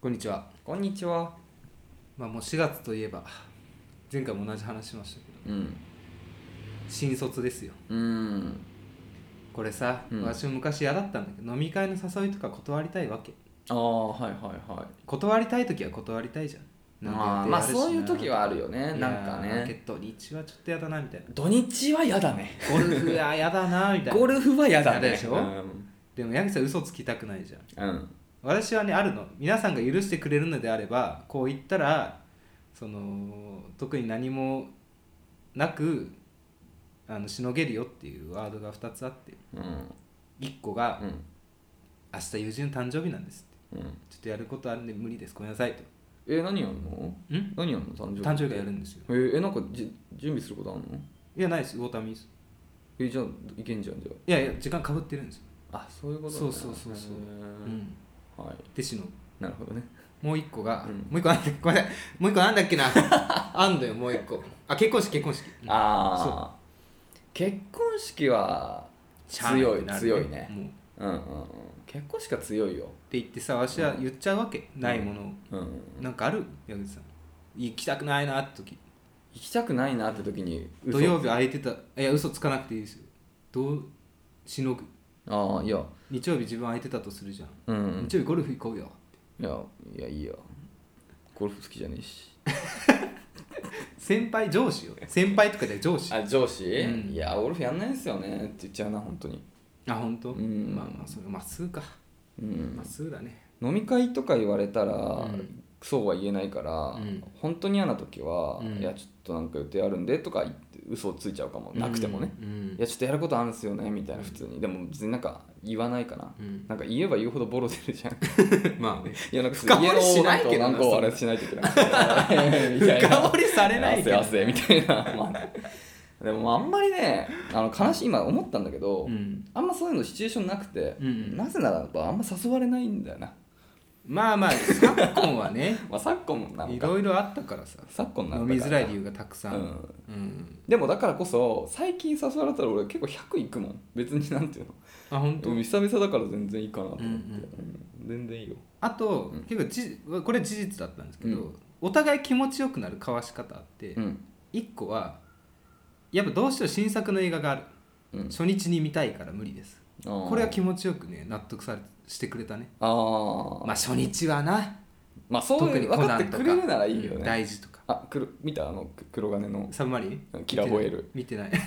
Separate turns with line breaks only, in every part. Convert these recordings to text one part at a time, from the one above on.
こんにちは、
こんにちは。
まあ、もう4月といえば前回も同じ話しましたけど
うん。
新卒ですよ
うん。
これさ、
うん
私も昔嫌だったんだけど飲み会の誘いとか断りたいわけ
ああ、はいはいはい。
断りたい時は断りたいじゃんなん
まあ、
か予定
まあ、
るしな
そういう時はあるよね。
い
な
や
んか
ー
ね。
けど日はちょっと嫌だなみたいな
土日は嫌だね。
ゴルフは嫌だなみたいな
ゴルフは嫌 だ
嫌
ね。
でしょ
うん。
でも矢口さん嘘つきたくないじゃん
うん。
私はねあるの皆さんが許してくれるのであればこう言ったらその特に何もなくあのしのげるよっていうワードが2つあって
うん。
1個が
うん。
「明日友人の誕生日なんです」って
うん。
「ちょっとやることあるんで無理ですごめんなさい」と
えー、何やんの
「ん
何やんの誕生日。
誕生日がやるんですよ
えー、えなんかじ準備することあんの
いやないですウォーターミース
えー、じゃあ、いけんじゃん、じゃ
いやいや時間かぶってるんですよ、
あ。あ、そういうことね
そうそうそうそう
へ
う
ー
ん、
はい。
でしの
なるほどね。
もう1個が、
うん
もう1個なんだっけごめんなさいもう1個なんだっけなあんだよもう1個あ結婚式結婚式うん
ああ。結婚式は
しゃあな
強
って
い、
なる
強いね。
もう
うんうんうん。結婚式は強いよ。
って言ってさわしは言っちゃうわけ、ないものを
うんうん。
なんかある矢口さん行きたくないなって時
行きたくないなって時に嘘
土曜日空いてたいや嘘つかなくていいですよどうしのぐ
ああいや
日曜日自分空いてたとするじゃん、
うん
日曜日ゴルフ行こうよ
いやいやいいよゴルフ好きじゃねえし
先輩上 司よ先輩とかで上司あ
あ上司、
うん
いやゴルフやんないんすよねって言っちゃうな本当に
本当、
うん
まあまあそれまっすぐか
うん
まっすぐだね
飲み会とか言われたら、
ん
そうは言えないから、
ん
本当に嫌な時は、
うん
いやちょっとなんか予定あるんでとか言って嘘をついちゃうかもなくてもね、
うん、
いやちょっとやることあるんすよねみたいな普通に、でも別になんか言わないかな、
うん
なんか言えば言うほどボロ出るじゃん
まあね
いやなんか
深掘りしないけどな
なんかなんかあれしないといけないみ たいな
深掘りされないけど
汗汗みたいな、まあ、でもあんまりねあの悲しい今思ったんだけど、
うん
あんまそういうのシチュエーションなくて、
うんうん
なぜならばあんま誘われないんだよな、
まあまあ昨今はね
まあ、昨今 なの
い
か
ろいろあったからさ
昨今な
飲
のか
みづらい理由がたくさん、
うん
うん
でもだからこそ最近誘われたら俺結構100いくもん別になんていうの
あ本当、
うん久々だから全然いいかなと思って、
うん
うん全然いいよ
あと、
うん
結構じこれ事実だったんですけど、
うん
お互い気持ちよくなる交わし方あって、
うん
一1個はやっぱどうしても新作の映画がある、
うん
初日に見たいから無理ですこ
こ
れは気持ちよくね納得されしてくれたね
あー
まあ初日はな
まあそう
特
い
に
う
コ
分
ナ
か
ン
っ
と
て
か
くれるならいいよ
うん
ね。
大事とか
あ、黒見たあのく黒金の。
サブマリン
キラーホエール
見てない見て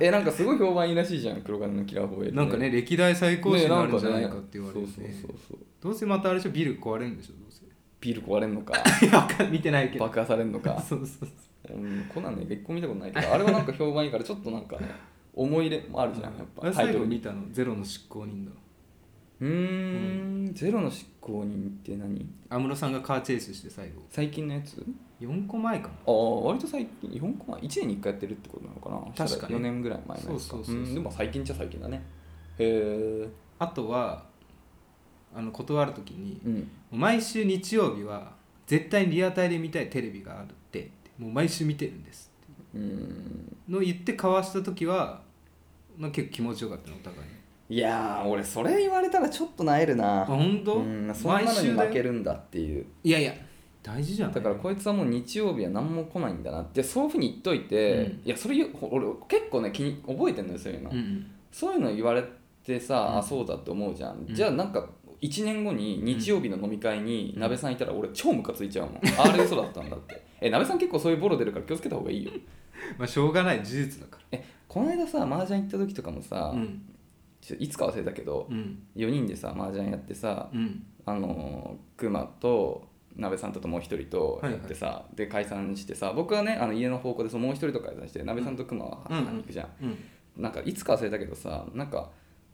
え、なんかすごい評判いいらしいじゃん、黒金のキラーホエ
ない
ール。
なんかね、歴代最高
ね
値に
な
なんるんじゃない
ね
かって言われるね
そうそうそうそう。
どうせまたあれでしょビル壊れるんでしょどうせ
ビール壊れんのか、
いやわかん見てないけど
爆破されんのか。
そうそうそう
うん、コナンの映画一個見たことないけど、あれはなんか評判いいから、ちょっとなんかね、思い入れもあるじゃん、やっ
あれ
ぱ。タイ
最
ト
後
ル
見
に。
たの「ゼロの執行人」だ
うーん、ゼロの執行人って何
安室さんがカーチェイスして最後
最近のやつ
4個前かな
ああ、割と最近、4個前、1年に1回やってるってことなのかな
確かに
4年ぐらい前のやつか
そうそうそうそうん
でも最近っちゃ最近だね。へえ。
あとはあの断る時に
うん。
毎週日曜日は絶対にリアタイで見たいテレビがあるってもう毎週見てるんです
うん
の言って交わした時は、まあ、結構気持ちよかったのお互いに
いやー俺それ言われたらちょっとなえるな
あ本当
うんそんなのに
だ
負け
よ
るんだっていう
いやいや大事じゃん
だからこいつはもう日曜日は何も来ないんだなってそういうふうに言っといて、
うん
いやそれ言うほ俺結構ね気に覚えてるのよそういうの、
うんうん
そういうの言われてさ、
うん
あそうだって思うじゃん、
うん
じゃあなんか1年後に日曜日の飲み会に鍋さんいたら俺超ムカついちゃうもん、あれ嘘だったんだ ってえ鍋さん結構そういうボロ出るから気をつけた方がいいよ
まあしょうがない事実だか
この間さ麻雀行った時とかも
ら
さ、
うん
ちょいつか忘れたけど
うん
4人でさ麻雀やってさ、
うん
あのー、熊と鍋さんとともう一人とやってさ、で解散してさ僕はねあの家の方向でそのもう一人と解散して鍋さんと熊は
うん
歯に行くじゃん、
うん
なんかいつか忘れたけどさなんか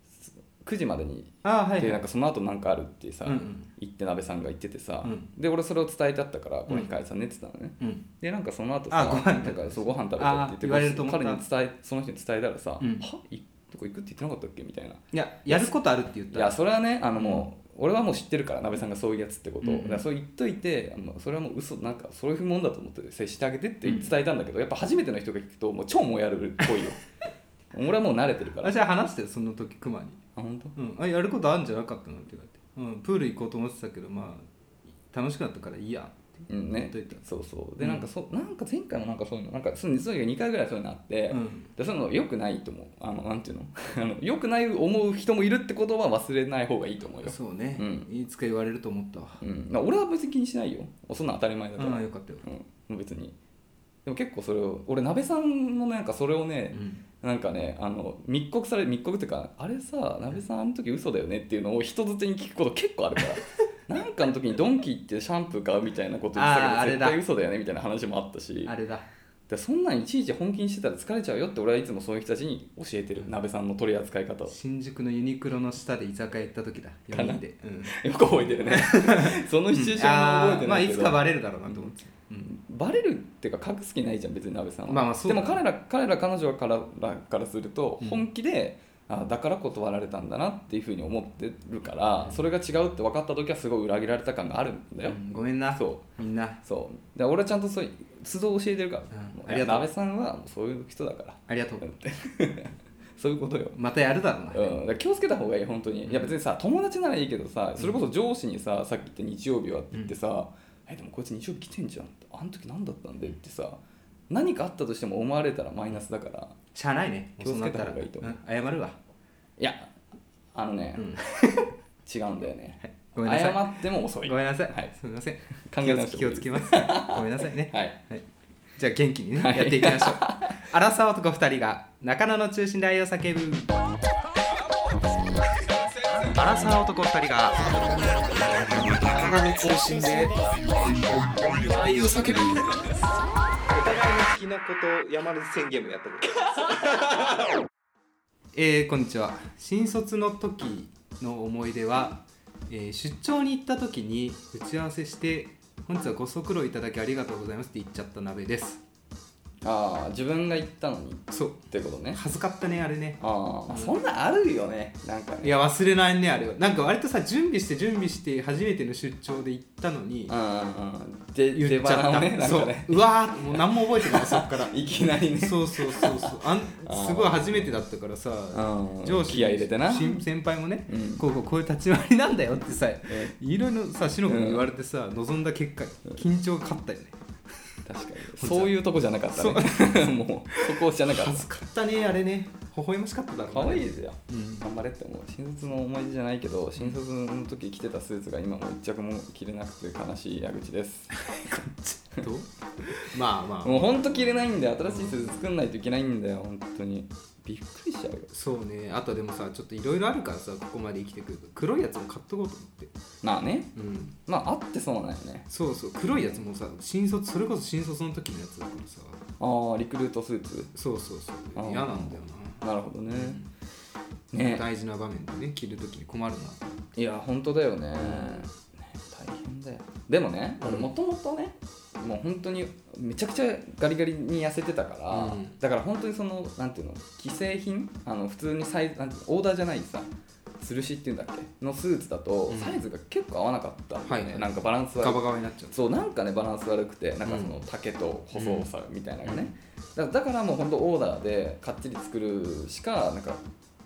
す9時までに、
ああはい
で
は
ないんかその後なんかあるってさ、
うんうん
言って鍋さんが言っててさ、
うん
で俺それを伝えてあったからこの日解散ねって言ってたのね、
うん
でなんかその後
あ
さ
ご飯食べ
な
た
んかそうご飯食べたって
あ言
言
わ
っ
れ
て
ると思った
彼に伝えその人に伝えたらさ「
うん
は行どこ行く?」って言ってなかったっけみたいない
ややることあるって言っ
い
たら
やそれはねあのもう、俺はもう知ってるから鍋さんがそういうやつってことを、
うんうん
だからそう言っといてあのそれはもう嘘なんかそういうもんだと思って接してあげてって伝えたんだけど、やっぱ初めての人が聞くともう超もうやるっぽいよ 俺はもう慣れてるからあ
私は話してその時クマに
本当
うん、あやることあるんじゃなかったのって言われて、うん、プール行こうと思ってたけどまあ楽しくなったからいいや
うんね
どういった、
そうそうで
うん
なんかそなんか前回もなんかそういうのなんかその実は2回ぐらいそういうのあって、
うん
でそういうの良くないと思うあのなんていうの あの良くない思う人もいるってことは忘れない方がいいと思うよ、
そうね、
うん
いつか言われると思ったわ
うん、まあ俺は別に気にしないよそんなん当たり前だから
ああよかったよ、
うん、別にでも結構それを俺鍋さんもなんかそれを
う
ね、
ん、
なんかねあの密告され密告っていうかあれさ鍋さんあの時嘘だよねっていうのを人づてに聞くこと結構あるから なんかの時にドンキ行ってシャンプー買うみたいなこと言って
あー
た
あ
けど
れ
絶
だ
対嘘だよねみたいな話もあったし
あれだ
でそんなんいちいち本気にしてたら疲れちゃうよって俺はいつもそういう人たちに教えてる鍋さんの取り扱 い方を
新宿のユニクロの下で居酒屋行った時だ4人で、うん、
よく覚 えてるねそのシチュエーションも
あ
覚え
ー
て
ま
な
あ
い
い
け
つ
ど、
かバレるだろうなと思って、うん
バレるっていうか隠す気ないじゃん別に鍋さんは、
まあまあそうだ
でも彼ら彼ら彼女かららからすると
うん
本気で、あだから断られたんだなっていうふうに思ってるからそれが違うって分かった時はすごい裏切られた感があるんだよ、
うんごめんな
そ
みんな
うそうで俺はちゃんとそういう都度教えてるから、
うん
も
ありがとう
鍋さんはもうそういう人だから
ありがとう
うん そういうことよ
またやるだろうな、
うん、だから気をつけた方がいい本当にいや別にさ友達ならいいけどさ
ん
それこそ上司にささっき言った日曜日はって言ってさ「えでもこいつ日曜日来てんじゃん」あの時何だったんでってさ何かあったとしても思われたらマイナスだから
しゃあないね
気をつけた
そうな
方
っ
がいいと思う
たらうん謝るわ、
いやあのね、
うん
違うんだよね
ごめんなさい
謝っても遅い
ごめんなさい、
はい
すみません
考え直して
気をつけますごめんなさいね、
はい
はい、じゃあ元気にね、
はい
やっていきましょう荒沢男2人が中野の中心で愛を叫ぶ荒沢男2人が
中野中心で愛を叫ぶ
お互いの好きなことを山根宣言もやったことえー、こんにちは新卒の時の思い出は、えー出張に行った時に打ち合わせして本日はご足労いただきありがとうございますって言っちゃった鍋です
ああ自分が言ったのにっ
そう
てことね
恥ずかったねあれね
ああ、まあそんなんあるよねなんか
い
ね
や忘れないねあれはなんか割とさ準備して準備して初めての出張で行ったのに
うんうんうんで
言
出
っちゃった
花をねなん
そ
か
う
ね
うわーもう何も覚えてないそっから
いきなりね
そうそうそうそうあんすごい初めてだったからさ
うん
上司
気合い入れてな
新先輩もね、
うん
こうこうこういう立ち回りなんだよってさ
え
いろいろさ志乃君に言われてさ、望んだ結果緊張が勝ったよね
確かにそういうとこじゃなかったねもうそこじゃなかっ
恥ずかったねあれね微笑ましかっただろ
た
う
可
ね
愛いですよ
うん
頑張れって思う新卒の思い出じゃないけど新卒の時着てたスーツが今もう一着も着れなくて悲しい矢口です
どう まあまあ
もうほんと着れないんで新しいスーツ作んないといけないんだよ本当にびっくりしちゃうよ
そうねあとでもさちょっといろいろあるからさここまで生きてくると黒いやつも買っとこうと思って
まあね
うん
まああってそうなんよね
そうそう黒いやつもさ新卒それこそ新卒の時のやつだからさ
ああリクルートスーツ
そうそうそう
あー
嫌なんだよ
なるほどね
な、
ね
大事な場面でね着る時に困るない
や本当だよねね大変だよでもね
うん
俺もともとねもう本当にめちゃくちゃガリガリに痩せてたから、
うん
だから本当にそのなんていうの既製品あの普通にサイズなんていうのオーダーじゃないさ吊るしっていうんだっけのスーツだと
うん
サイズが結構合わなかったんだよね、
はい
なんかバランス
ガ
悪
バ
く
ガバになっちゃう
そうなんかねバランス悪くてなんかそ
うん
の丈と細さみたいなのがね、だだからもう本当オーダーでかっちり作るしかなんか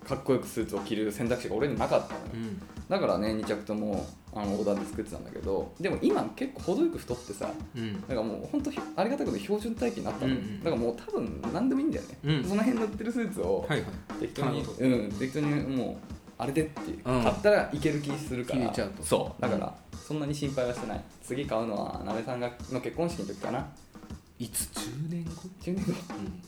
かっこよくスーツを着る選択肢が俺になかったのよ、
うん
だからね2着ともあのオーダーで作ってたんだけどでも今結構程よく太ってさ
うん
なんかもう本当ありがたくて標準体型になったの、
うんうん
だからもう多分何でもいいんだよね、
うん
その辺の売ってるスーツを
はいはい
適当に、
なるほど
うん、適当にもうあれでっていう、
うん
買ったらいける気するから
切れちゃうと
そうだからそんなに心配はしてない次買うのはなべさんがの結婚式の時かない
つ10年後
10年後
うん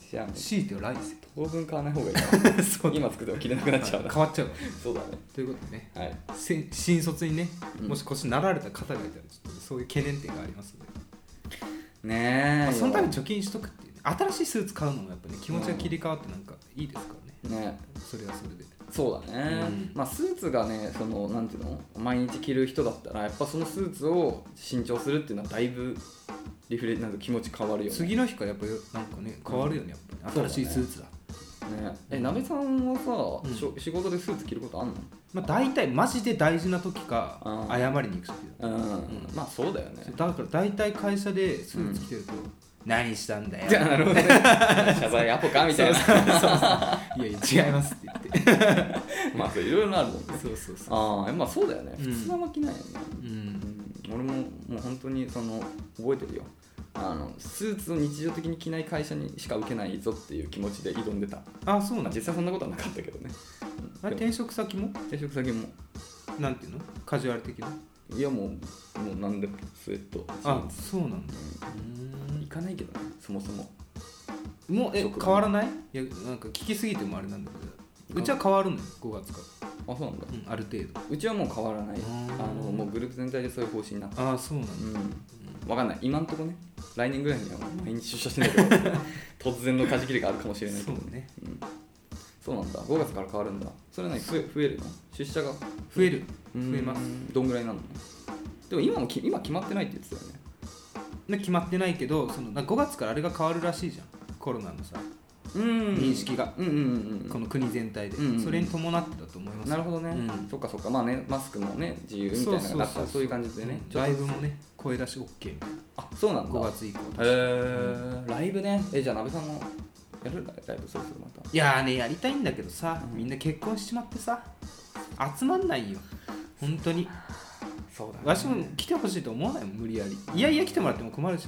知らん
強いては来世
当分買わない方がいい
そ
な今作っても着れなくなっちゃうな
変わっちゃう
そうだね
ということでね
はい
せ新卒にね
うん
もし腰なられた方がいたらちょっとそういう懸念点がありますので
ね
まあ
え
そのために貯金しとくっていうね新しいスーツ買うのもやっぱね気持ちが切り替わってなんかいいですからね
ねえ
それはそれで
そうだね、
うん
まあスーツがねそのなんていうの毎日着る人だったらやっぱそのスーツを新調するっていうのはだいぶリフレなんか気持ち変わるよね
次の日からやっぱよなんかね変わるよねやっぱね
そうだ
新
ね
しいスーツだ
ねえなべさんはさ、
うん
しょ仕事でスーツ着ることあんの
まあ大体マジで大事な時か
うん
謝りに行く時だ
うん、
ん
まあそうだよね
だから大体会社でスーツ着てると何したんだよ
じ ゃあなるほ どね謝罪アポかみたいな
いやいや違いますって言って
まあ そういろいろあるもんね
そうそうそう
ああまあそうだよね
うん
普通はあんま着ないよね、
うん
うん俺ももう本当にその覚えてるよあのスーツを日常的に着ない会社にしか受けないぞっていう気持ちで挑んでた、
あそうな
ま
ん
あ、
だ
実際そんなことはなかったけどね
あれ
でも
転職先も
転職先も
なんていうのカジュアル的ない
やもうもうなんだっけスウェットス
あ
ーツ
そうなんだう
う
ー
ん行かないけどねそもそも
んもうえ
職場
変わらないいやなんか聞きすぎてもあれなんだけどうちは変わるのよ5月か
あそうなんだ
ら、うん、ある程度
うちはもう変わらない
あ
あ
ー
のもうグループ全体でそういう方針になった
ああそうなんだ
うん分かんない今んとこね来年ぐらいにはもう毎日出社してないけど 突然の舵切れがあるかもしれないけ
そ
ど
うね
うんそうなんだ5月から変わるんだそれは何増え増えるの出社が
増える
うん
増えます
どんぐらいなのでも今もき今決まってないって言ってたよね
ね決まってないけどそのなんか5月からあれが変わるらしいじゃんコロナのさ
うん
認識が
うんうんうん
この国全体で、
うんうんうん
それに伴ってだと思います
なるほどね、
うん
そっかそっかまあねマスクもね自由みたいなのがあったらそういう感じでね
うん
ちょっ
ラ
と
イブもね声出し OK みたいな
あそうなんだ
5月以降
へえライブねえじゃあなべさんもやるライブそうそうまた
いやーねやりたいんだけどさ、
うん
みんな結婚しちまってさ集まんないよ本当に
そうだね
わしも来てほしいと思わないもん無理やりいやいや来てもらっても困るし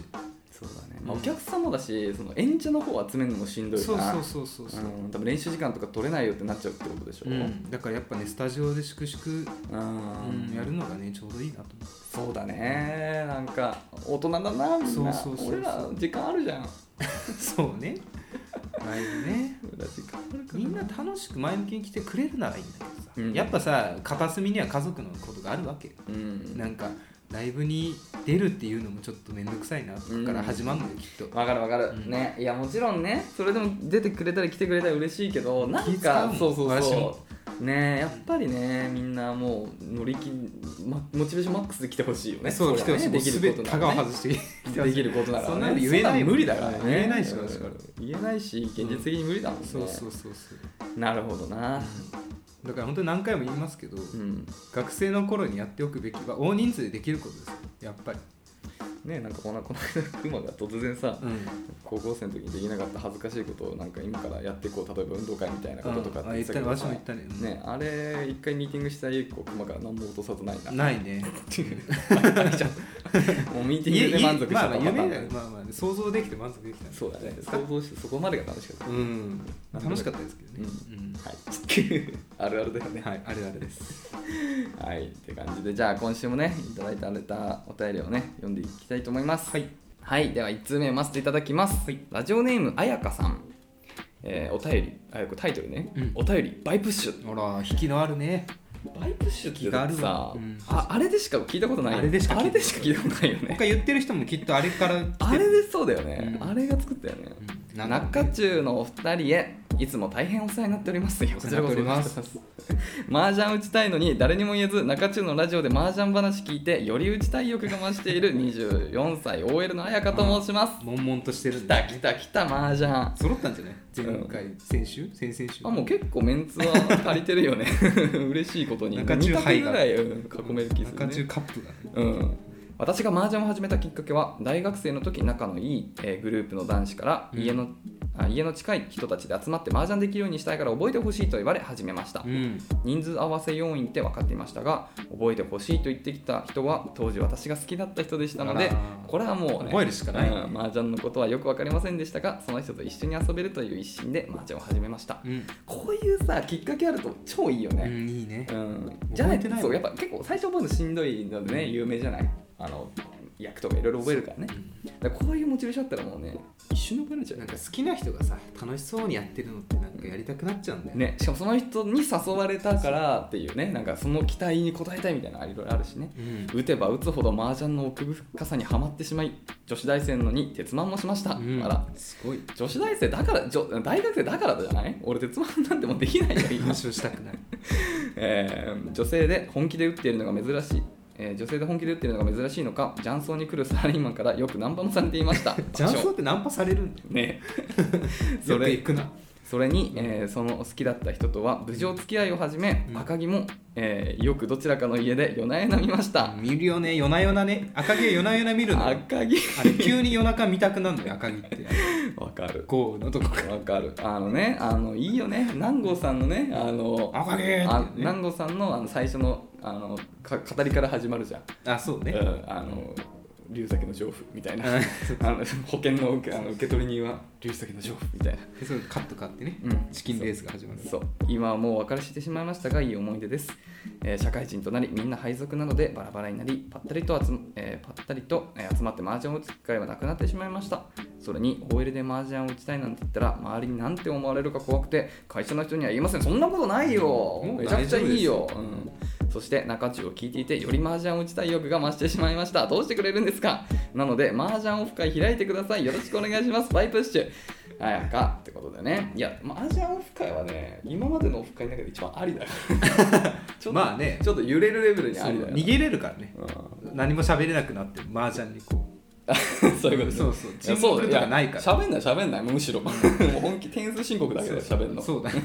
そうだね、まあ、
う
お
ん
客さんもだしその演者の方を集めるのもしんどいな
そうそうそうそうそう、
ん、多分練習時間とか取れないよってなっちゃうってことでしょ
うんだからやっぱねスタジオで粛々、
うん
うんやるのがねちょうどいいなと
そうだねなんか大人だなみんな
そうそうそうそう
俺ら時間あるじゃん
思うそうねライブね
俺ら時間あるから
みんな楽しく前向きに来てくれるならいいんだけどさ、
うん
やっぱさ片隅には家族のことがあるわけよ
うん
なんかライブに出るっていうのもちょっと面倒くさいなとから始まるのよ、きっと
わかるわかる、
うん
ねいやもちろんねそれでも出てくれたり来てくれたら嬉しいけどなん
気使う
か
もん
そうそう
私
そ
も
うねやっぱりねみんなもう乗り気、ま、モチベーションマックスで来てほしいよね
そう、
り
来
ゃ
てほしい。
ね
もう
できる
全
こ
て
とな
タ
ら
ガを
ね
外してきてほし
で
い
きることなら、ね、
そんなの言えない
そん
もん
無理だからね
言えないし確かに
うん言えないし現実的に無理だもんね、
そうそうそうそう。
なるほどな
だから本当に何回も言いますけど、
うん
学生の頃にやっておくべきは大人数でできることですよ。やっぱり。
ねなんかこのこの間クマが突然さ、
うん。
高校生の時にできなかった恥ずかしいことをなんか今からやっていこう例えば運動会みたいなこととか
あ言
言
っ
って
たね、
たけど
わし
さ
も言ったね。うん
ねあれ一回ミーティングした以降クマから何も落とさずないな
ないね。
もうミーティングで満足しちゃ
まあまあ
ったパター
夢
ン
だよ。まあまあ、想像できて満足できたね
そうだね想像してそこまでが楽しかっ
うん。楽しかったですけどね。
う
うん
たはい あるあるだよね
はい、あれあれです。
はい、って感じで、じゃあ今週もね、いただいたレター、お便りをね、読んでいきたいと思います。はい。では1通目読ませていただきます。ラジオネーム、あやかさん。えーお便り、あやこれタイトルね、
うん
お便り、バイプッシュ。
ほら、引きのあるね。
バイプッシュって
気がある
さ
わ、うん
あ、あれでしか聞いたことない。
あれでしか聞いた
あれでしか聞いたことないよね。
他言ってる人もきっとあれから来てる
あれでそうだよね、
うん
あれが作ったよね。
うんなんか
中中のお二人へいつも大変お世話になっておりますよ
お世話になっております
麻雀打ちたいのに誰にも言えず中中のラジオで麻雀話聞いてより打ちたい欲が増している24歳 OL の彩香と申します
悶々としてる
来
んだ
た来た来た麻雀あ
揃ったんじゃない前回、先週先々週
もう結構メンツは足りてるよ ね嬉しいことに
中中
二
杯
択
が
ぐらいうん囲める気する
中中
ね
カップがね
うん私が麻雀を始めたきっかけは大学生の時仲のいい、えーグループの男子から
うん
家の,あ、家の近い人たちで集まって麻雀できるようにしたいから覚えてほしいと言われ始めました、
うん
人数合わせ要員って分かっていましたが覚えてほしいと言ってきた人は当時私が好きだった人でしたの
あ
で
ら
これはもう、
覚えるしかない
うん麻雀のことはよく分かりませんでしたがその人と一緒に遊べるという一心で麻雀を始めました
うん、
こういうさきっかけあると超いいよね、
うん、いいね
うんじゃない
覚えてないもん
そうやっぱ結構最初覚えるのしんどいのでね有名じゃないあの役とかいろいろ覚えるからねだからこういうモチベーションあったらもうね一瞬で覚えるじゃ
なん
ん
か好きな人がさ楽しそうにやってるのってなんかやりたくなっちゃうんだよね
ねしかもその人に誘われたからっていうねなんかその期待に応えたいみたいなのいろいろあるしね
うん
打てば打つほど麻雀の奥深さにはまってしまい女子大生のに鉄腕もしました、
うん
あら
すごい
女子大生だからじょ大学生だからじゃない俺鉄腕なんてもうできないよ今
話をしたく ない
えー女性で本気で打っているのが珍しい、えー女性で本気で打っているのが珍しいのか雀荘に来るサラリーマンからよくナンパもされていました
雀荘ってナンパされるんだよ
ねそ
よく
れ
行くな
それに、えーその好きだった人とは無情付き合いを始め、
うん
赤木も、えーよくどちらかの家で夜な夜な見ました、
見るよね夜な夜なね赤城は夜な夜な見るのよ
赤木
あれ急に夜中見たくなるんだよ赤城って
わかる
こうのとこか
わかるあのねあのいいよね南郷さんのねあの
赤城って、ね、
あ南郷さんのあの最初のあのか語りから始まるじゃん、
あそうね、
うん、あの龍崎の丈夫みたいなあの保険の受けあの受け取り人は龍崎の丈夫みたいな
でそれカット買ってね、
うん
チキンレースが始まる
そう今はもうお別れしてしまいましたがいい思い出です、えー社会人となりみんな配属なのでバラバラになりぱったりと集,、えーぱったりとえー集まって麻雀を打つ機会はなくなってしまいましたそれに OL で麻雀を打ちたいなんて言ったら周りになんて思われるか怖くて会社の人には言いませんそんなことないよ
うん
めちゃくちゃいいよ、うん、そして中中を聞いていてより麻雀を打ちたい欲が増してしまいましたどうしてくれるんですかなので麻雀オフ会開いてくださいよろしくお願いしますバイプッシュあやかってことでねいや麻雀オフ会はね今までのオフ会の中で一番ありだよ ちょっと
まあね
ちょっと揺れるレベルに
そ
あ
う
りだよ
逃げれるからね何も喋れなくなって麻雀にこ
うんそういうこと ね
そうそう
いや
沈黙とかないから
そうだよ喋んない喋んないむしろもう本気点数申告
う
だけで喋んの
そうだね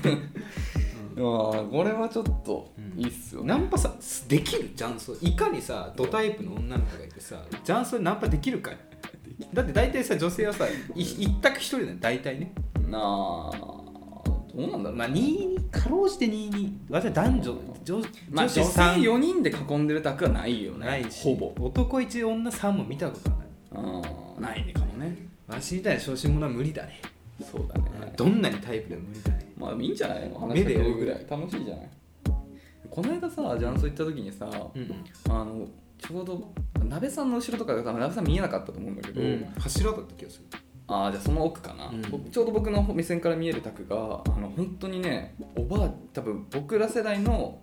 ああこれはちょっといいっすよね、
ナンパさできるジャンソいかにさドタイプの女の子がいてさジャンソにナンパできるか だって大体さ女性はさい一択一人だよ大体ね
なあどうなんだろう、
まあ22かろうじて22私男女女
まあ、
女子
女性
3
4人で囲んでる宅はないよね
ないし
ほぼ
男1女3も見たことはない
うんないねかもね
私みたいな小心者は無理だね、
そうだね
どんなにタイプでも無理だね
まあいいんじゃないの話
目
しか
で
け
追う
るぐらい楽しいじゃないこの間さジャンソ行った時にさ、
うん、
あのちょうど鍋さんの後ろとかが多分鍋さん見えなかったと思うんだけど、
柱だった気がする
ああじゃあその奥かな、
うん
僕ちょうど僕の目線から見える卓があの本当にねおばあ多分僕ら世代の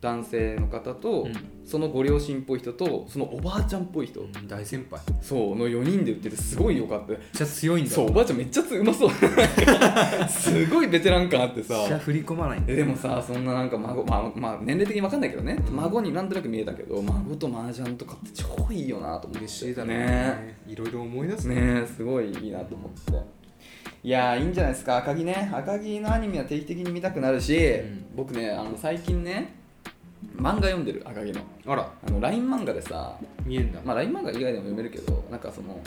男性の方と、
うん
そのご両親っぽい人とそのおばあちゃんっぽい人、
うん大先輩
そうの4人で売っててすごい良かった、
めっちゃ強いんだ
そうおばあちゃんめっちゃつう まそうすごいベテラン感あってさ
めっちゃ振り込まないんだ
えでもさそんななんか孫まあ、まあ、年齢的に分かんないけどね孫になんとなく見えたけど孫と麻雀とかって超いいよなと思って
嬉しいだろう
ね
いろいろ思い出すね
ねえすごいいいなと思っていやーいいんじゃないですか赤城ね赤城のアニメは定期的に見たくなるし、
ん
僕ねあの最近ね漫画読んでる赤城の
あら
あの LINE 漫画でさ
見えんだ、
まあ LINE 漫画以外でも読めるけどなんかその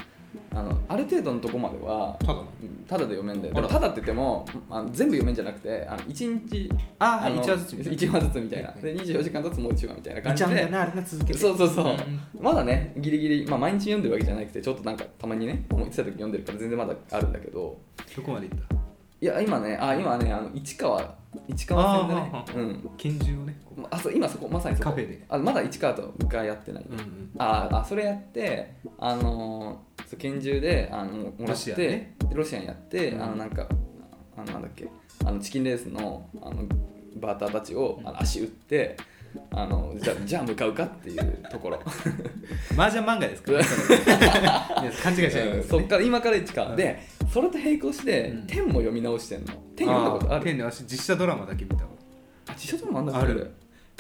あのある程度のとこまでは
ただの
うんただで読めんだよ
あ
で
ら
もただって言ってもあの全部読めんじゃなくてあの1日
あ
の
一話ずつみたいな
一話ずつみたいなで24時間経つともう1話みたいな感
ち
じ
ゃんだ
で
なあれが続けて
そうそうそう、
う
まだねギリギリ、まあ、毎日読んでるわけじゃなくてちょっとなんかたまにね思いついた時読んでるから全然まだあるんだけど
どこまでいった
いや今ねあ今ねあの市川市川線でね
あー
うん
拳銃をねこう
あそう今そこまさにそこ
カフェで
あまだ市川と向かい合ってない、
うんうん
ああそれやってあのーそう拳銃であのもら
ロ
っ
シ
て
アね
ロシアにやって、
うん
あのなんかあのなんだっけあのチキンレースのあのバーターたちをあの足打ってあのじゃあじゃあ向かうかっていう ところ
麻雀漫画です からねそれいや勘違いしないでくださ
そ
い
っ
ね
から今から一か、
うん
でそれと並行して、
うん
天も読み直してんの天読んだことあ
ー
る
天で私実写ドラマだけ見たわ
あ自社ドラマあんだっ
あ
け
る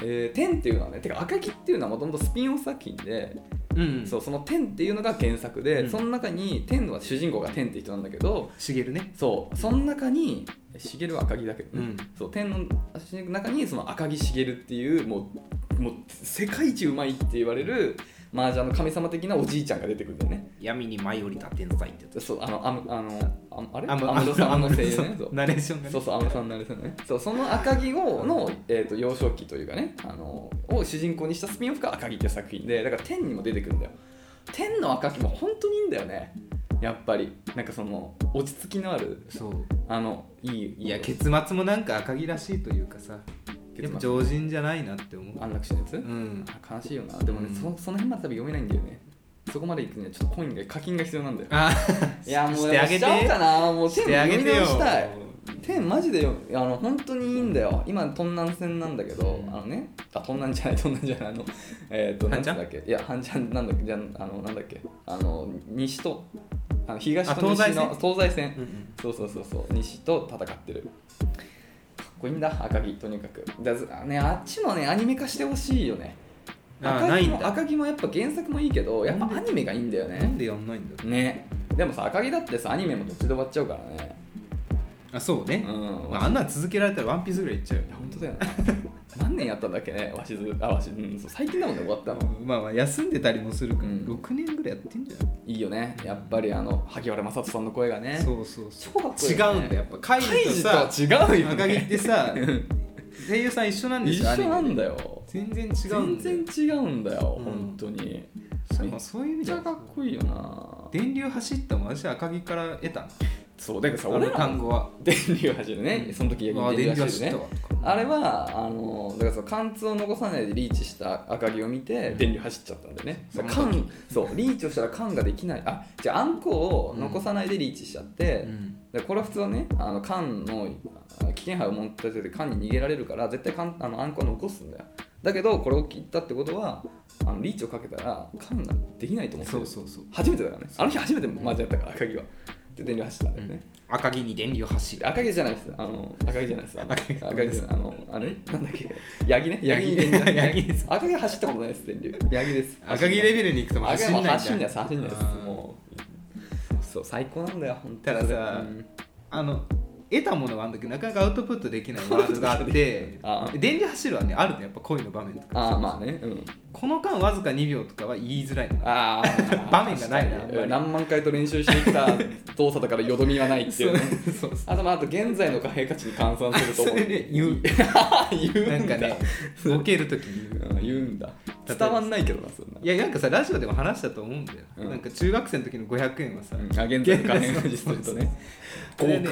えー、天っていうのはねてか赤木っていうのはもともとスピンオフ作品で、
うん
そうその天っていうのが原作で、
うん
その中に天は主人公が天って人なんだけど
しげるね
そうその中に茂は赤木だけどね、
うん
そう天の中にその赤木茂っていうもうもう世界一うまいって言われる麻雀の神様的なおじいちゃんが出てくるんだよね
闇に舞い降りた天才ってや
そうあのあのあのああれ
あ
安
む
室さんの声優 ねそう
ナレーションがね
そうそう安室さんのあれですよねそうその赤城をの、えー、と幼少期というかねあのを主人公にしたスピンオフが赤城って作品でだから天にも出てくるんだよ天の赤城も本当にいいんだよねやっぱりなんかその落ち着きのある
そう
あのいい
いや結末もなんか赤城らしいというかさやっぱ
結末
常人じゃないなって思う
安楽死のやつ、
うん
あ悲しいよなでもね、
うん
そその辺まで多分読めないんだよねそこまで行くにはちょっとコインが課金が必要なんだよ
あ
いやもう
してあげて
しちゃおうかなもう
し
して
あげてよ
したい天マジでよあの本当にいいんだよ今東南線なんだけどあのねあ東南じゃない東南じゃないあのえっ、と
半
何
ちゃん
だっけいや半ちゃんなんだっけじゃああのなんだっけあの西とあの東
あ
と
東
西
西
の
線
東西線
うんうん
そうそうそうそう西と戦ってるかっこいいんだ赤城とにかくだずあねあっちもねアニメ化してほしいよね
あ
赤
ない
城
ん
も
だ
赤城もやっぱ原作もいいけどやっぱアニメがいいんだよ
なん
ね
でやんないんだろう
ねでもさ赤城だってさアニメも途中で終わっちゃうからね
あそうね
うん
まああんなの続けられたらワンピースぐらいいっちゃうよ
いや本当だよな 何年やったんだっけねわしずあわし、うん、そう最近だもんね終わったの
まあまあ休んでたりもするから
うん
6年ぐらいやってんじゃない
いいよねやっぱりあの萩原正人さんの声がね
そうそうそ
超かっこ
う
いい
違
よね
うんだよやっぱカイ
カイ
ジ
ジ
と
と
さ
は違うよ
赤城っ
ね
てさ 声優さん一緒なんです
一
よ
緒なんだ
よ
よ
全然違うん
全
だよ
然違うんだよ、
うん
本当に
そう
めっ
そういう意味
ち
じゃ
ゃかっこいいよな
電流走ったもん私赤木から得たな
そうだから
あ
さ俺
の
ら
単語は
電流走るねその時
あー
電流走
電流
るね
走ったわ
あれはあのだからその貫通を残さないでリーチした赤木を見て電流走っちゃったんだよね
その時
缶そうリーチをしたら缶ができないあじゃああんこを残さないでリーチしちゃって、
うん
でこれは普通はねあの缶のあ危険杯を持ってて缶に逃げられるから絶対缶あのあんこは残すんだよだけどこれを切ったってことはあのリーチをかけたら缶ができないと思って
そ
る
うそうそう
初めてだからねあの日初めて間違ったから赤木はで電流走ったんだよね、
赤木に電流走る
赤毛じゃないです。あの、赤毛じゃないです。あの
赤毛
赤毛です。あの、あれなんだっけヤギね。
ヤギ
電流
ヤギです
赤毛走ったことないです、電流。ヤギです。
赤木レベルに行くともう
赤
走
毛
ん
も
ない
う
だ
ん走んないです、走んないです。
うん
もう、そう、最高なんだよ、本当
たださあの得たものがあるんだけどなかなかアウトプットできないワードがあって
あー
電流走るはねあるのやっぱ恋の場面とか
ああ、まあね。うん。
この間わずか2秒とかは言いづらい の
ああ、
場面がないなあ
確
んま
かに
り
何万回と練習してきた動作だからよどみはないっていうね。
そうそう
あと、まあ、あと現在の貨幣価値に換算すると。
それで 言う
言うん
な
だ。
んか ねボケる時に言う
うん、言うんだ。伝わんないけどな、そんな。
いやなんかさラジオでも話したと思うんだよ、
うん
なんか中学生の時の500円はさ、
うんあ、現在の貨幣価値 にするとね。
あれはね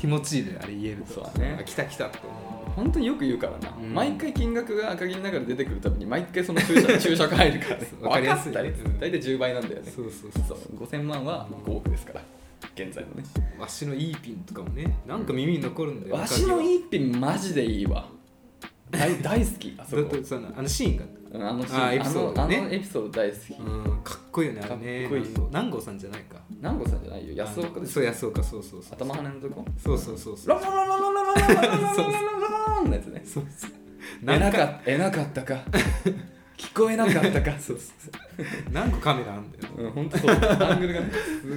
気持ちいいのよあれ言えると
そうだね
あ来た来たって思
本当によく言うからな、
うん
毎回金額が赤木の中で出てくるたびに毎回その注 射注射が入るからね
わかりやすい
分かったり大体10倍なんだよ
う
ね
そうそうそう
そう5000万は5億ですから現在のね
わしのいいピンとかもねなんか耳に残るんだよ
わしの
い
一品マジでいいわ大大好きあそ
だっ
こ
てそのあのシーンが、
うんあのシーン
あ
あ
エピソードね
のあのエピソード大好き
うん、かっこいいよねあれね
かっこいい
南郷南郷さんじゃないか
南郷さんじゃないよ安岡
あの
です
そう安岡そうそうそう
頭跳ねのとこ
そうそうそうそう
ロンロンロンロンロンロンロンロンロンロンロンロンのやつね
そうそう
え
何
なか
か
っえなかったか聞こえなかったか
そうそうそう何個カメラあんだよ
うん、本当そう。アングルがね、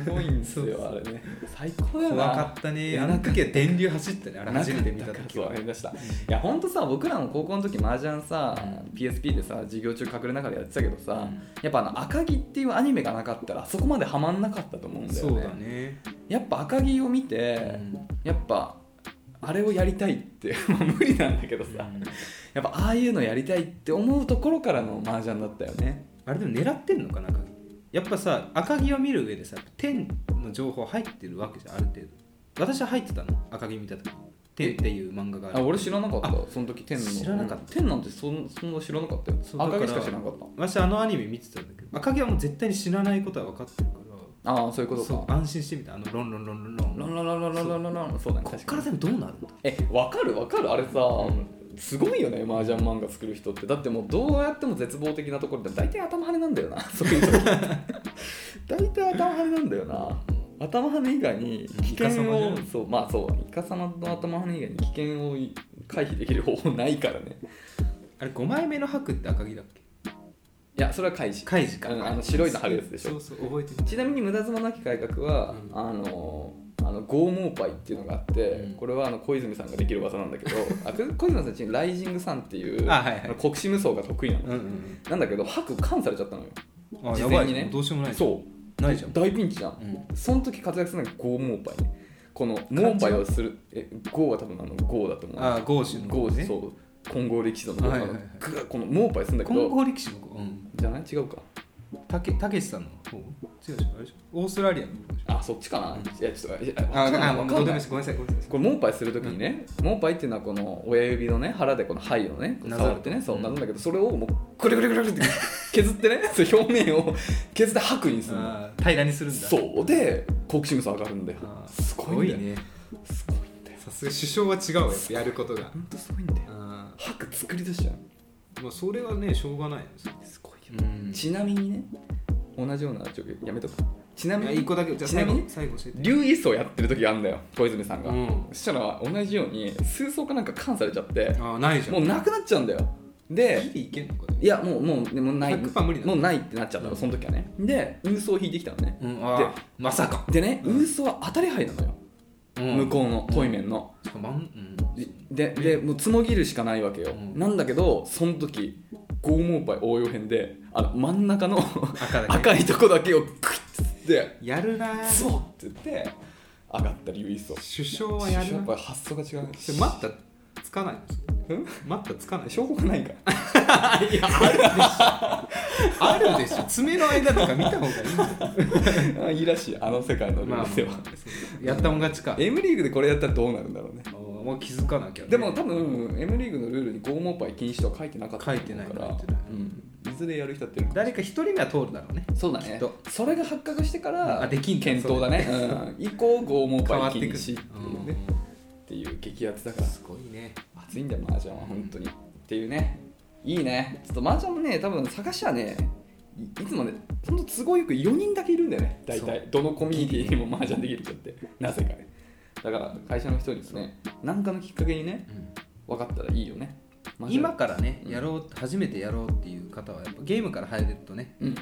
すごいんです
そ
よ、
う
あれね。最高やな。
怖かったねあ
な
の
んか
時は電流走ったねあれ初
初
めて
めて
見
見
た
た
時
時
は
は。りました。いや、本当さ、僕らも高校の時、麻雀さ、PSP でさ、授業中隠れながらやってたけどさ、
うん
やっぱあの、赤木っていうアニメがなかったら、あそこまでハマんなかったと思うんだよ
そ
ね。
うだね、
やっぱ赤木を見て、
うん
やっぱ、あれをやりたいって、 まあ無理なんだけどさ、やっぱああいうのやりたいって思うところからの麻雀だったよね。
あれでも狙ってんのかな赤城やっぱさ赤城を見る上でさ天の情報入ってるわけじゃんある程度私は入ってたの赤城見た時天っていう漫画がある
あ俺知らなかったその時天の
知らなかった
天なんてそんそんな知らなかったよ
そうだから
赤毛しか知らなかった
私あのアニメ見てたんだけど赤城はもう絶対に死なないことは分かってるから
ああそういうこと
そ
か
う安心してみたあのロンロンロンロンロン
ランランランランランランランランそうだね
こっ
確
か
からに
でもどうなるんだ
えわかるわかるあれさすごいよね麻雀漫画作る人ってだってもうどうやっても絶望的なところで大体頭跳ねなんだよ なそういう時大体頭跳ねなんだよな頭跳ね以外に危険
イカ様
を
じゃん
そうまあそうイカ様の頭跳ね以外に危険を回避できる方法ないからね
あれ5枚目の白って赤城だっけ
いやそれは回避
カイジか、
うんあの白いの貼るやつでしょ
そうそう覚えてる
ちなみに無駄妻なき改革は、
うん
あのあの剛毛パイっていうのがあって、
うん
これはあの小泉さんができる技なんだけどあ小小泉さんちにライジングさんっていう
あはいはい
あの国士無双が得意なの、
うん
なんだけど白缶されちゃったのよ
うんあ
事
や
前
ばい
に
ね
ね
どうしようもない
そう
ないじゃん
う大ピンチじゃん、
うん
その時活躍するのが剛毛パイねこの毛パイをするえ剛は多分あの剛だと思う
ああゴーシュの
剛
ゴ
で、
ね
そう混合力士の剛、
はいはいはい
あのグーこの毛パイするんだけ
混
ど
合力士の子うん
じゃない違うか
たけたけしさんの方違う違うあれでしょオーストラリアの方でしょ
あそっちかな、いやちょっといや
あ
わかんない
あ
わかんない
ごめんなさいごめんなさいごめんなさい
これモンパイするときにね、モンパイっていうのはこの親指のね腹でこの肺をねこう
なぞる
触ってねそう
うん
なるんだけどそれをもうくるくるくるくるって削ってねそう表面を削って白にするの
あー平らにするんだ
そうで国士無双上がるんだよ
あー
すごいね
ね
すごいんだよ
さすが首相は違うわやっぱやることが
ほんとすごいんだよ
あ
白作り出しちゃう
ーまあそれはねしょうがないです
すごいよ、
うん
ちなみにね同じような状況やめとくちなみ
一
に
個だけじゃあ
ちな
最
み
後
に
最後教えて
竜椅子をやってる時あるんだよ小泉さんが、
うん
そしたら同じように数層かなんか缶されちゃって
ああないじゃん
もうなくなっちゃうんだよで
ギリいけんのかね
いやもうもうでもない
100%無理だ
もうないってなっちゃったのその時はねで運送を引いてきたのね
うんあー
で
まさか
でね
うん
運送は当たり牌なのよ、向こうのトイメンの、
うんしかもまん
ででもうつもぎるしかないわけよ、
うん
なんだけどその時剛毛杯応用編であの真ん中の
赤だけ
赤いとこだけをクイッって
やるなー
ズボッって言って上がったり唯一を
首相はやる
やっ
な
ぱ発想が違う
それ待ったらつかないんですよ待ったつかない
証拠がないから
ある でしょ爪の間とか見た方がいいんだよ
あいいらしいあの世界のル
まあ
ールでは、
そうやったもん勝ちか
M リーグでこれやったらどうなるんだろうね
もう気づかなきゃね、
でも多分 M リーグのルールに剛毛パイ禁止とは書いてなかったと思うか
書いて
ら
ない書いてない
うん、いずれやる人やってる
誰か一人目は通るだろうね
そうだね
と
それが発覚してから
あできんだ
検討だね、うん、以降剛毛
変わ
パイ
ってい
禁
く
止っていうねっていう激アツだ
う
か
ん
ら
すごいね
熱いんだよ麻雀は本当にっていうねいいねちょっと麻雀もね多分探しはねいいつもねほんと都合よく4人だけいるんだよね大
そ
体どのコミュニティにも麻雀できる人ってなぜかねだから会社の人にですね何かのきっかけにね分かったらいいよね麻雀
今からね
うん
やろう初めてやろうっていう方はやっぱゲームから入れるとね
うんうん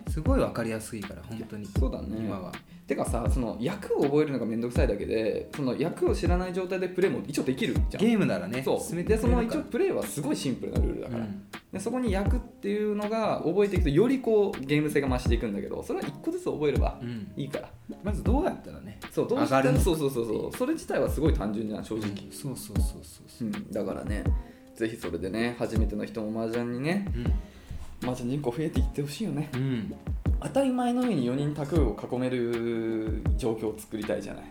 うん
すごい分かりやすいから本当に
そうだね
今は
てかさその役を覚えるのがめんどくさいだけでその役を知らない状態でプレーも一応できるじゃん
ゲームならね
そう
進めて
でその一応
く
プレーはすごいシンプルなルールだ
れるか
か、
ららうん
でそこに役っていうのが覚えていくとよりこうゲーム性が増していくんだけどそれは1個ずつ覚えれば
うん
いいから、
まずどうやったらね
そうどう
上
した
がる
ら
の
そうそうそうそうそれ自体はすごい単純じゃん正直、
うんそうそうそうそうそう
うんだからねぜひそれでね初めての人も麻雀にね麻雀人口増えていってほしいよね
うん、うん、
当たり前のように4人卓を囲める状況を作りたいじゃない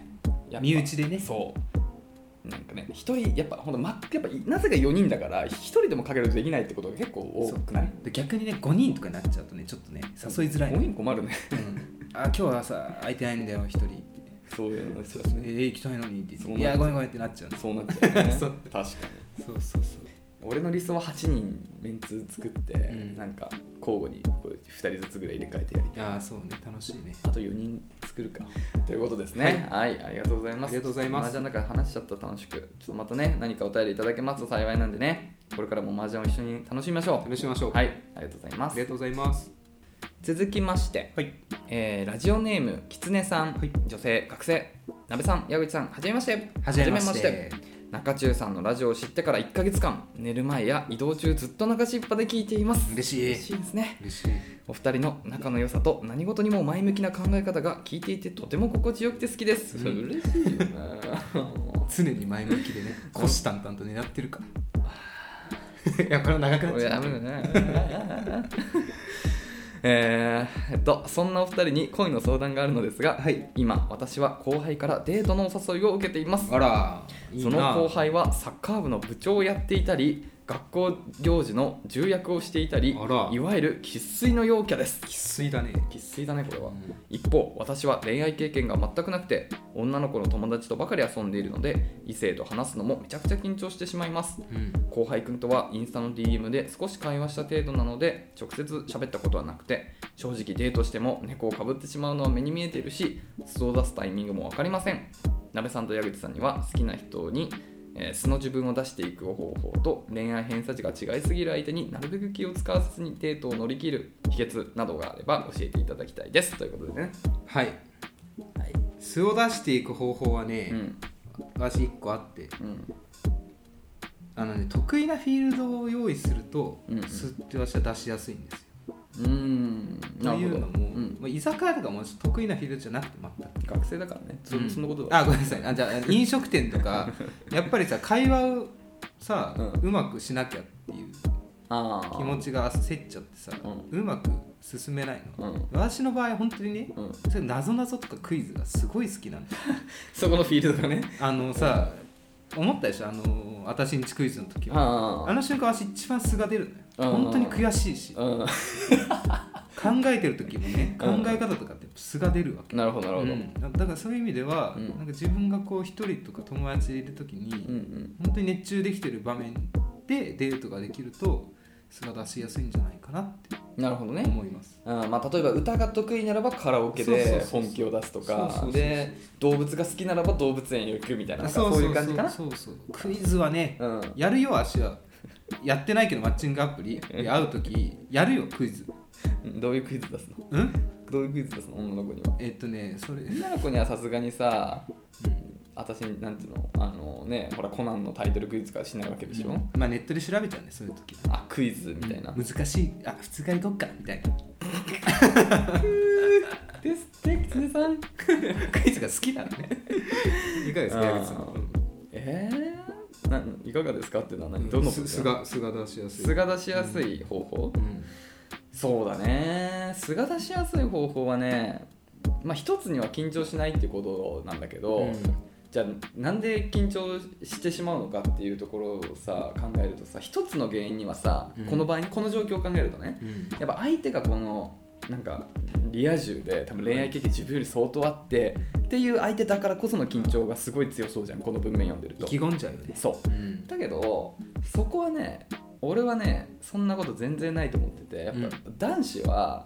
やっぱ
身内でね
そうなんかね一人やっぱほんとまやっぱなぜか4人だから一人でもかけるとできないってことが結構多くない
で逆にね5人とかになっちゃうとねちょっとね誘いづらい
5
の、
人困るね
うんあ今日はさ空いてないんだよ1人って
そういうのですよ
えー、行きたいのにって言っ
そうな
て
ん
い
だ
やごめんごめんってなっちゃうんです
そうなっちゃう ね
そう
確かに
そうそうそう
俺の理想は8人メンツ作って、
うん
なんか交互にこう2人ずつぐらい入れ替えてやりたい
ああそうね楽しいね
あと4人作るかということですねはい、ありがとうございま
あ
す
りがとうございます
麻雀なんか話しちゃった楽しくちょっとまたね何かお便りいただけますと幸いなんでねこれからも麻雀を一緒に楽しみましょう
試しましょう、、
はいいありがとうございま
あり
す
がとうございます
続きまして、
はい
えーラジオネームきつねさん、
はい
女性学生なべさん矢口さんはじめまして
はじめまして
は中中さんのラジオを知ってから1ヶ月間寝る前や移動中ずっと流しっぱで聞いています
嬉しい
嬉しいですね
嬉しい
お二人の仲の良さと何事にも前向きな考え方が聞いていてとても心地よくて好きです、
うん
嬉しいよな
常に前向きでね虎視眈々と狙ってるから いやこれ長くなっちゃ
や
う
めろね えーえっとそんなお二人に恋の相談があるのですが、
はい
今私は後輩からデートのお誘いを受けています
あらいい
そ
な
の後輩はサッカー部の部長をやっていたり学校行事の重役をしていたり
あら
いわゆる生粋の陽キャです
生粋だね
生粋だねこれは
うん
一方私は恋愛経験が全くなくて女の子の友達とばかり遊んでいるので異性と話すのもめちゃくちゃ緊張してしまいます
うん
後輩くんとはインスタの DM で少し会話した程度なので直接喋ったことはなくて正直デートしても猫をかぶってしまうのは目に見えているし素を出すタイミングも分かりませんなべさんと矢口さんには好きな人に、えー素の自分を出していく方法と恋愛偏差値が違いすぎる相手になるべく気を使わずにデートを乗り切る秘訣などがあれば教えていただきたいですということでね、
はい、素を出していく方法は
う
ね、
ん
私1個あって
うん、
あの、ね、得意なフィールドを用意すると、
うんうん
素って私は出しやすいんですよ。
うーんな
と
る
い
ほど
うのも、
うん
まあ、居酒屋とかも得意なフィールドじゃなくて全く。
学生だからねそ,、、
うんん
そんなことは
あごめんなさいあじゃ あ飲食店とかやっぱりさ会話をさ、
うん
うまくしなきゃっていう
あ
気持
ち
ちが焦っちゃってさ、
う
うまく進めないの、
うん
私の場合本当にね
うん
そういう謎々とかクイズがすごい好きなんだよ
そこのフィールドがね。
あのさ、思ったでしょあの私んちクイズの時はあ
あ
の瞬間私一番素が出るのよ
うん
本当に悔しいし考
あ。
えてる時もね考
うん
え方とかって素が出るわけ、
なるほど、なるほど。う、
うんんだだからそういう意味では、
うん
なんか自分がこう一人とか友達いる時に、
うん、
本当に熱中できてる場面でデートができると素が出しやすいんじゃないかなって
なるほどね。
思います、
あまあ、例えば歌が得意ならばカラオケ
そうそう
で
そうそう
本気を出すと
そうそうそう
か
そう
で動物が好きならば動物園へ行くみたいななんかそういう感じかな
そうそうそうクイズはね、
うん
やるよ足はやってないけどマッチングアプリで会う時やるよクイズ
うんどういうクイズ出すの
うん
どういうクイズ出すの女の子には
えっとねそれ
女の子にはさすがにさ私なんていうのあのねほらコナンのタイトルクイズからしないわけでしょ、
まあネットで調べちゃうねそういう時
あクイズみたいな、
難しいあ普通がいこっかみたいな
ですって狐さ ん
クイズが好きなのねいかがですか矢口さん
えー、ないかがですかっていうのは何どの部分
すが素が出しやすい
素が出しやすい方法、
うん
そうだね素が出しやすい方法はねまあ一つには緊張しないっていうことなんだけど、じゃあなんで緊張してしまうのかっていうところをさ考えるとさ一つの原因にはさ、
うん
この場合にこの状況を考えるとね
うん
やっぱ相手がこのなんかリア充で多分恋愛経験自分より相当あってっていう相手だからこその緊張がすごい強そうじゃんこの文面読んでる
意
と
気込んじゃうよね
そう
うん
だけどそこはね俺はねそんなこと全然ないと思っててやっぱ男子は、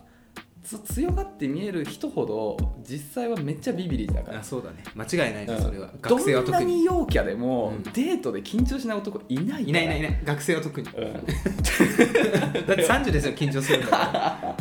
つ強がって見える人ほど実際はめっちゃビビリだから
あそうだね間違いないねそれは、
うん
学生は
ど
特
んな
に
に陽キャでも、
うん
デートで緊張しない男いない
いないいないい
い、
ない学生は特にだっ
うん、
て30ですよ緊張するんだから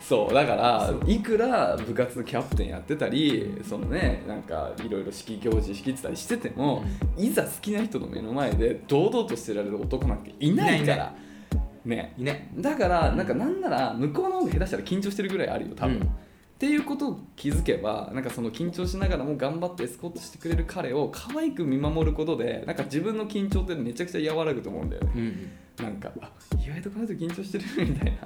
そうだから
そう
いくら部活のキャプテンやってたりそのねなんかいろいろ式行事仕切ってたりしてても、いざ好きな人の目の前で堂々としてられる男なんていないから
いな
ね
いない
だからなんかなんなら向こうの方が下手したら緊張してるぐらいあるよ多分、
うん
っていうことを気づけばなんかその緊張しながらも頑張ってエスコートしてくれる彼を可愛く見守ることでなんか自分の緊張ってめちゃくちゃ和らぐと思うんだよね
うん
なんかあ意外とこの人緊張してるみたい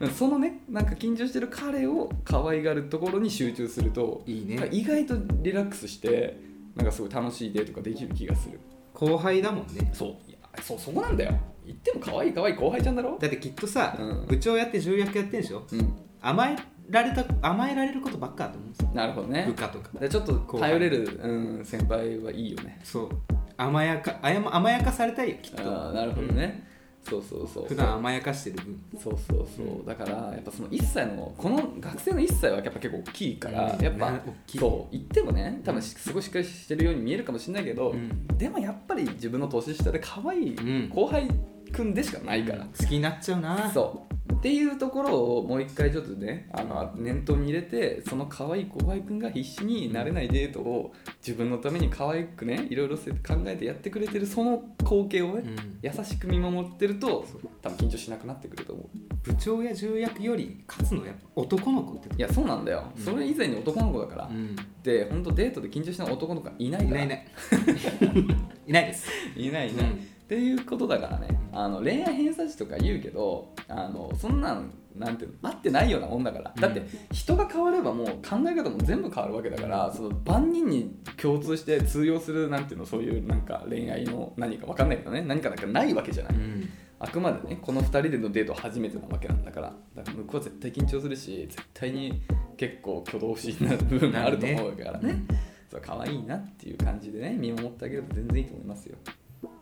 なそのねなんか緊張してる彼を可愛がるところに集中すると
いい
なん
ね
か意外とリラックスしてなんかすごい楽しいデートができる気がする
後輩だもんね
そういやそうそこなんだよ言っても可愛い可愛い後輩ちゃんだろ
だってきっとさ、
うん
部長やって重役やってんでしょ
うん
甘えられた甘えられることばっかだと思うんですよ
なるほどね
部下とか
でちょっと
後輩
頼れる、うん、先輩はいいよね
そう甘やかあやま甘やかされたいよきっと
ああなるほどね、そうそうそう
普段甘やかしてる分
そうそうそうだからやっぱその1歳のこの学生の1歳はやっぱ結構大きいから、
うん
やっぱ、
ね大きい
そう言ってもね多分しすごいしっかりしてるように見えるかもしれないけど、
うん
でもやっぱり自分の年下で可愛
う
い
ん
後輩くんでしかないから、
好きになっちゃうな
そうっていうところをもう一回ちょっとねあの念頭に入れてその可愛い後輩くんが必死になれないデートを自分のために可愛くねいろいろせ考えてやってくれてるその光景をね、
ん
優しく見守ってると多分緊張しなくなってくると思う
部長や重役より勝つのはやっぱ男の子って
いやそうなんだよ、
うん
それ以前に男の子だから、
うん
で本当デートで緊張しない男の子がいない
い
か
ない
ら
いない いないです
いないいない
うん
っていうことだからねあの恋愛偏差値とか言うけどあのそんなんなんていうの待ってないようなもんだから
うん
だって人が変わればもう考え方も全部変わるわけだからその万人に共通して通用するなんていうのそういうなんか恋愛の何か分かんないけどね何かなんかないわけじゃない
うん
あくまでねこの2人でのデート初めてなわけなんだからだから向こうは絶対緊張するし絶対に結構挙動不審な部分があると思うからねそう可愛いなっていう感じでね見守ってあげれば全然いいと思いますよ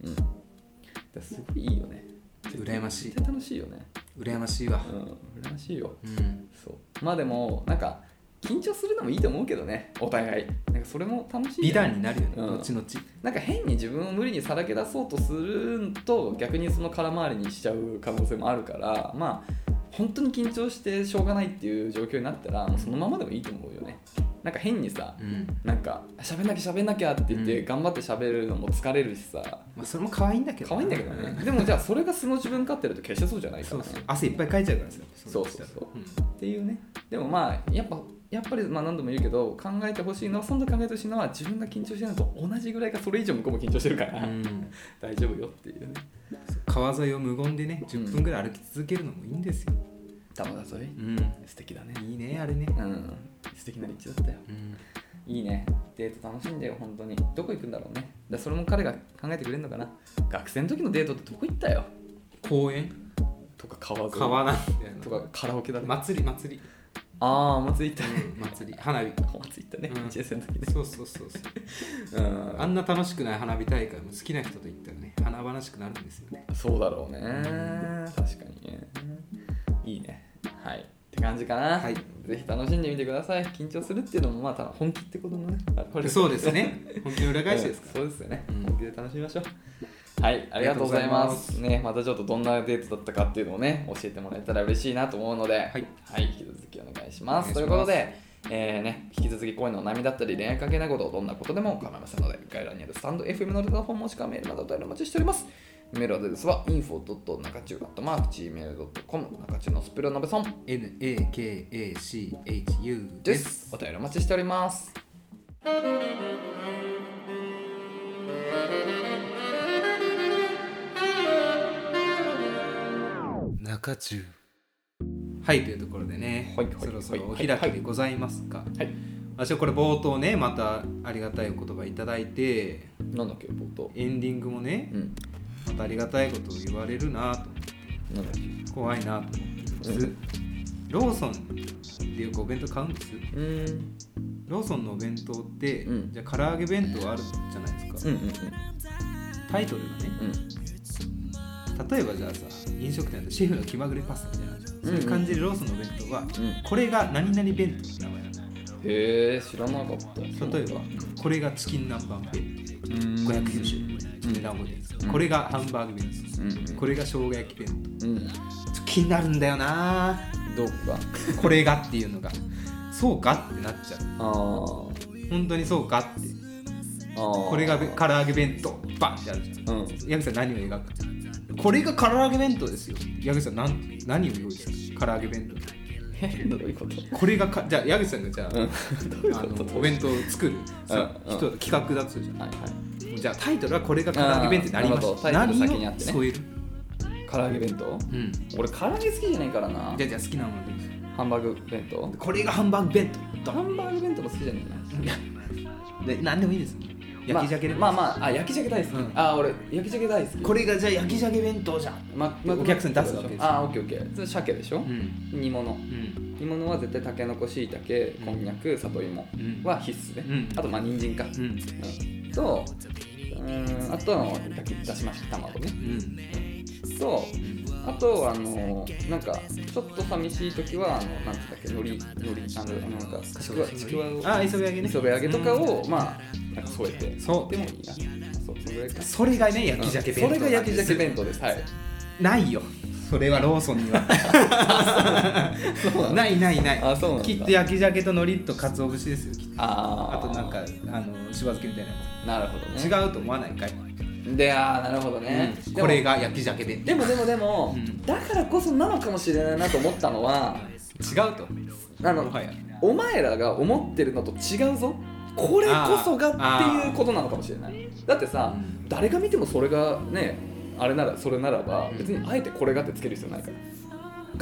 うんだからすごいいいよね
羨ましい
絶対楽しいよね
羨ましいわ
うん羨ましいよ
うん
そうまあでもなんか緊張するのもいいと思うけどねお互いなんかそれも楽しい
美
よね
談になるよね
うん
後々
なんか変に自分を無理にさらけ出そうとすると逆にその空回りにしちゃう可能性もあるからまあ本当に緊張してしょうがないっていう状況になったらもうそのままでもいいと思うよねなんか変にさ
うん
なんか喋んなきゃ喋んなきゃって言って
うん
頑張って喋るのも疲れるしさ
まあそれも可愛いんだけど
可愛いんだけどねでもじゃあそれが素の自分勝ってると決してそうじゃないか
そ
ら
う
ね
そう汗いっぱいかいちゃうからさ
そうそうそう
うん
っていうねでもまあやっぱやっぱりまあ何度も言うけど考えてほしいのはそんな考えてほしいのは自分が緊張してるのと同じぐらいかそれ以上向こうも緊張してるか
う
ら、
ん
大丈夫よっていうね
川沿いを無言でね10分ぐらい歩き続けるのもいいんですよ、
玉田添い
うん、
素敵だね
いいねあれね、
うん素敵な立地だったよ
うん、
いいねデート楽しんでよ本当にどこ行くんだろうねだからそれも彼が考えてくれるのかな学生の時のデートってどこ行ったよ
公園
とか川沿い
川なんだよな
とかカラオケだね、
祭り祭り、
ああ祭り行ったね
うん、祭り花火
祭り行ったね、
うん
1年生の時ね
そうそうそうそう
うん
あんな楽しくない花火大会も好きな人と行ったらね華々しくなるんですよね
そうだろうね確かにねいいねはいって感じかな、
はい
ぜひ楽しんでみてください緊張するっていうのもまあただ本気ってことのねあれ
そうですね本気の裏返しですか
そうですよね、
うん
本気で楽しみましょうはいありがとうございます
ありがとうございます、
ねまたちょっとどんなデートだったかっていうのをね教えてもらえたら嬉しいなと思うのではい引き続きお願いします
お願いします
ということでえーね、引き続き恋のお悩みだったり恋愛関係ないことどんなことでも構いませんので概要欄にあるスタンド FM のレターフォームもしくはメールまたお便りお待ちしておりますメールアドレスは info.nakachu.gmail.com 中中のスプレーのべそん
NAKACHU
で
ですす
お便りお待ちしております
「
中中はいというところでね、
はいはい
そろそろお開きでございますか、
はい
私はこれ冒頭ねまたありがたいお言葉いただいて
なんだっけ冒頭
エンディングもね
うん
またありがたいことを言われるなと
なんだっけ
怖いなと思ってます、
うん
ローソンでよくお弁当買うんです
うーん
ローソンのお弁当って、
うん
じゃあ唐揚げ弁当あるじゃないですか、
うんうん
タイトルがね
うん
例えばじゃあさ飲食店でシェフの気まぐれパスタみたいなのあるじゃん
うん
そういう感じでローソンのお弁当は、
ん
これが何々弁当って名前なんだよ
うんへえ知らなかった
例えばこれがチキン南蛮弁当590円値段覚えてるんですけど
うん
これがハンバーグ弁
うん
当これが生姜焼き弁
うん
当ちょっと気になるんだよな
どこか
これがっていうのが そうかってなっちゃう
あー
本当にそうかって
あー
これがべ唐揚げ弁当バンってあるじゃん
うん
矢口さん何を描くかこれが唐揚げ弁当ですよ矢口さん何何を用意する唐揚げ弁
えどういうこと
当これがかじゃあ矢口さんがじゃあ,、
うんどういう
あ
こと
のお弁当を作るさ
うんうん
人企画だとするじゃん
はいはい
じゃあタイトルはこれが唐揚げ弁当になりました。
あーなるほどタイトル先にあって
何
ね
をそういう。
唐揚げ弁当
うん。
俺唐揚げ好きじゃないからな
じゃあじゃあ好きなものでいいです
ハンバーグ弁当
これがハンバーグ弁
ハンバーグ弁当も好きじゃないな
当。で何でもいいです。焼き鮭でも。
まあまあまああ焼き鮭大好き、
うん
あ俺焼き鮭大好き
これがじゃあ焼き鮭弁当じゃん。
ま
まお客さんに出すわけですよ
ああオッケーオッケーそれ鮭でしょ、
うん
煮物
うん
煮物は絶対たけのこしいたけこんにゃく里芋
うん
は必須ね、
うん
あとまあ人参か、
うん
うんとうーんあとは焼きだしまし卵ね
うん
とあとあのなんかちょっと寂しい時はあのなんて言ったっけのりのりあのなんかちくわちくわを
あ磯辺揚げね。
磯辺揚げとかを、まあなんか添えて
そう
でもいいなそうそのぐらいか
うん。それがね焼き鮭弁当。
それが焼き鮭弁当です はい
当。ないよ。それはローソンには。ないないない。
あそうなんだ
きっと焼き鮭と海苔と鰹節ですよ。きっと
あ
あとなんかあのしば漬けみたいなや
あなるほど
つ。違
ね
うと思わないかい。
違うでああなるほどね、
うん
でも
これが焼き鮭弁当。
でもでもでも、
うん
だからこそなのかもしれないなと思ったのは
違うと
あの
もはや
お前らが思ってるのと違うぞこれこそがっていうことなのかもしれないだってさ、
うん
誰が見てもそれがねあれならそれならば
うん
別にあえてこれがってつける必要ないか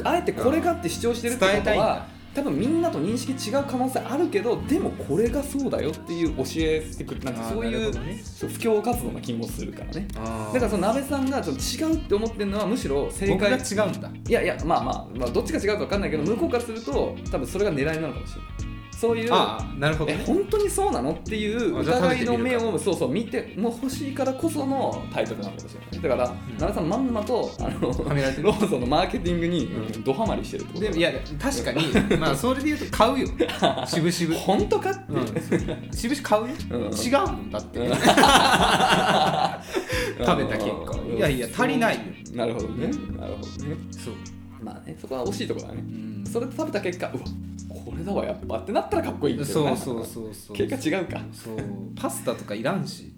らあえてこれがって主張してるってこ
伝え
と
たいん
は
だ
多分みんなと認識違う可能性あるけどでもこれがそうだよっていう教えてくるなんか
あー
そう
な
い
る
う
ほどね
そう布教活動な気もするからね
だ
だからその鍋さんがちょっと違うって思ってるのはむしろ正解
僕が違うんだ
いやいやまあまあ、まあ、どっちが違うか分かんないけど向こうからすると多分それが狙いなのかもしれないそういう
ああなるほど
え
ね
本当にそうなのっていう
あじゃあ食べ
疑
て
い
みるか
の目をそうそう見ても欲しいからこそのタイトルなのかもしれないだから
ん
奈良、さんまんまとあの
はみ出してる
ローソンのマーケティングに
うん
ドハマりしてるってこと
でもいや確か にまあそれで言うと買うよ渋々 渋
本当かっていう、
々買うよ
う
違
ん
うもんだって食べた結果
うん
いやいや足りないよ
なるほどねなるほどね
そう
まあねそこは惜しいところだね
うん
それで食べた結果うわこれだわやっぱってなったらかっこいいけど
そ
な
うそうそうそう
結果違うか
そうパスタとかいらんし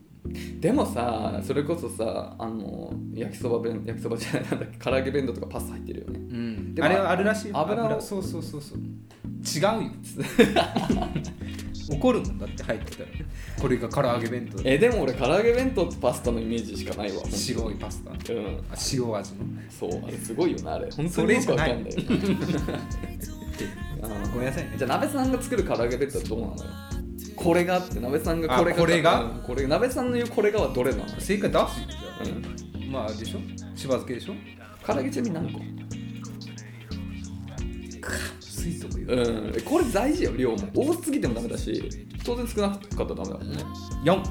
でもさそれこそさあの焼きそば弁焼きそばじゃないなんだっけ唐揚げ弁当とかパスタ入ってるよ
う
ね
ん
でも
あれはあるらしいよ
油を
そうそうそうそう違うよ 怒るもんだって入ってたらこれが唐揚げ弁当
えでも俺唐揚げ弁当とパスタのイメージしかないわ
白いパスタあ
うん
塩味の
そうあれすごいよなあれ本当
そ
に
れ
よく
じゃ
わか
ない
んないよね
ごめんなさいね
じゃあ鍋さんが作る唐揚げ弁当はどうなのよこれがあって鍋さんがこれが
あこれが
うんこれ鍋さんの言うこれがはどれなのよ
正解出すよ
う
じゃあ
ん
まああれでしょしば漬けでしょ
唐揚げちなみに何個
スイートも言う
うんこれ大事よ量も多すぎてもダメだし当然少なかったらダメだもんね
4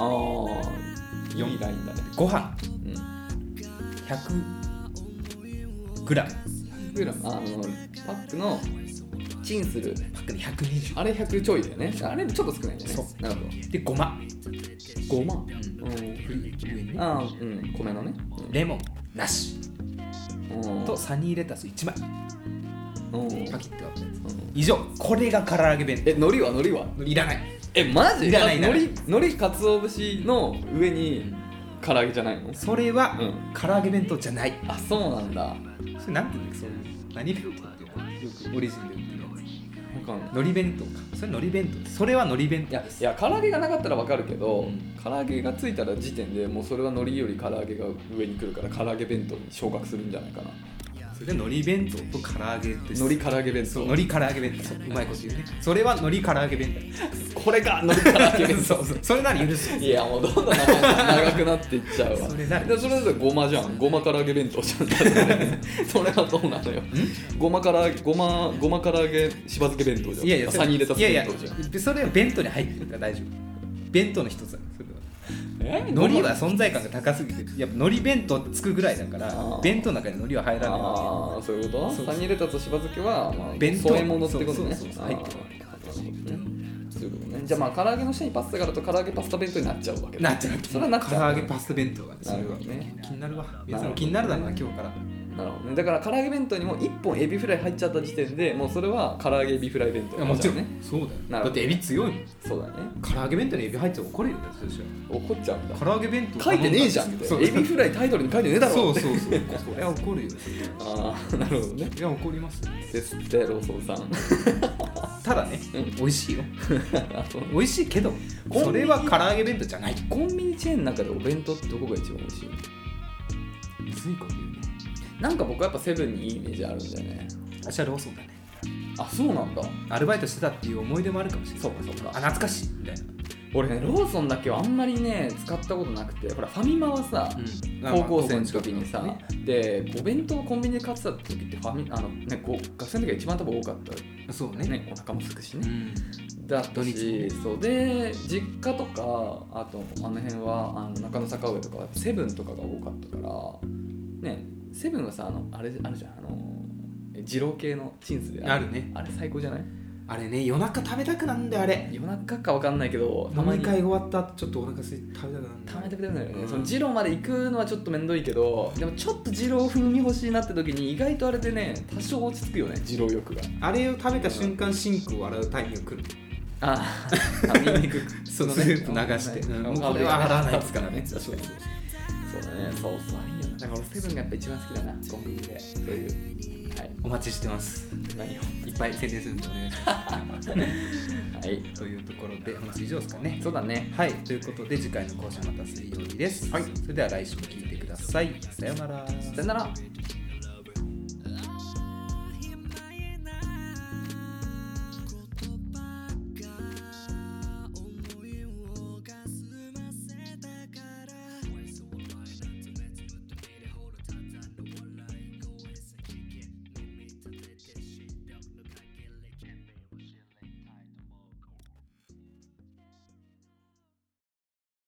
ああいいラインだね
ご飯
うん
100グラム
グラムあのパックのチンする
パックで120
あれ100ちょいだよねあれちょっと少ないんだよね
そう
なるほ
でごま
ど5万
うん
う
上に
ん
ね
あーうん米のね
レモンなし
うん
とサニーレタス1枚
うん
パキッて割ったやつ以上これが唐揚げ弁
え海苔は海苔は
当いらない
えマジ
いらないい
海
らない
苔海苔かつお節の上に唐揚げじゃないの
それは
うん
唐揚げ弁当じゃない
あそうなんだわ
それなんていうんだっけそういう何弁当ってよくオリジンで売ってるやつ
かんない
海苔弁当かそれ海苔弁当それは海苔弁
い
当
やいや唐揚げがなかったらわかるけど、
うん
唐揚げがついたら時点でもうそれは海苔より唐揚げが上に来るから唐揚げ弁当に昇格するんじゃないかな
それで海苔弁当と唐揚げです
海苔唐揚げ弁
そう
当
海苔唐揚げ弁当うまいこと言うねそれは海苔唐揚げ弁
これか海苔唐揚げ弁
当そうそうそれなら許す
当いやもうどんどん名前長くなっていっちゃうわ
それ誰
でそれだったらごまじゃんごま唐揚げ弁当じ ゃんだってそれはどうな のよごまからごまごま唐揚げしば漬け弁当じゃん
いやいや
サニーレタス
いやいや
弁当じゃん
それは弁当に入ってるから大丈夫弁当の一つだそれは
え
海苔は存在感が高すぎてやっぱ海苔弁当ってつくぐらいだから
あー
弁当の中に海苔は入らない
ああそういうこと
そう
サニーレタスとしば漬けは、まあ、
弁当
添え物ってことね
そうそうそうそう
あー
入っ
な
て
る
る
ほどねそういうことねじゃあまあ唐揚げの下にパスタがあると唐揚げパスタ弁当になっちゃうわけだ
なっちゃう
それはなっち
唐
ゃ
揚
う
げパスタ弁当がねそれ
なる
は
ほどね
気になるわ皆さんも気になるだろうな今日から
なるほどねだから唐揚げ弁当にも1本エビフライ入っちゃった時点でもうそれは唐揚げエビフライ弁当
いやもちろん
ね
ねそうだよ
なる
だ
ほど
ってエビ強いもん
そうだね
唐揚げ弁当にエビ入ってたら怒れるよだって私は
怒っちゃうんだ
唐揚げ弁当
書いてねえじゃんみたいなエビフライタイトルに書いてねえだろ
そう
って
そう そうそりゃ怒るよ
ああなるほどね
いや怒ります
ですってローソンさん
ただね美味しいよ
あそう
美味しいけど
コンビニ
それは唐揚げ弁当じゃない
コンビニチェーンの中でお弁当ってどこが一番美味しい
むずいこと言うね
なんか僕はやっぱセブンにいいイメージあるんだよね
私はローソンだね
あそうなんだ
アルバイトしてたっていう思い出もあるかもしれない
そうかそうか
あ懐かしいみたいな
俺ねローソンだけはあんまりね使ったことなくてほらファミマはさ、
うん
高校生の時にさ、
まあ高校
でお弁当をコンビニで買ってた時ってファミあの、ね、こう学生の時が一番多分多かったよ
生そうね
ねお腹も空くし
う
ね、
ん
だった
土日もね
しそうで実家とかあとあの辺はあの中野坂上とかはセブンとかが多かったからねセブンはさあのあれあるじゃんあのえ二郎系のチンスで
あるね
あれ最高じゃない
あれね夜中食べたくなんだよあれ
夜中かわかんないけどた
飲
ま
み
に
会終わった後ちょっとお腹すいて食べたくなんだ
た
よ
めてくれるんだよね、
うん
その二郎まで行くのはちょっと面倒いけどでもちょっと二郎風味欲しいなって時に意外とあれでね多少落ち着くよね二郎欲が
あれを食べた瞬間シンクを洗うタイミングが来る
あああニンニク
その
のね
スープ流して、
うん
うん、もうこれは洗わないですからねそうそう
そうだねそうそういいよねだから俺セブンがやっぱ一番好きだなコンビニでそういうはい
お待ちしてます
何を
いっぱい宣伝するんでお願いします
はい
というところでお話以上ですかね
そうだね
はいということで次回の講師はまた水曜日です、はい、それでは来週も聞いてくださいさようなら
さよなら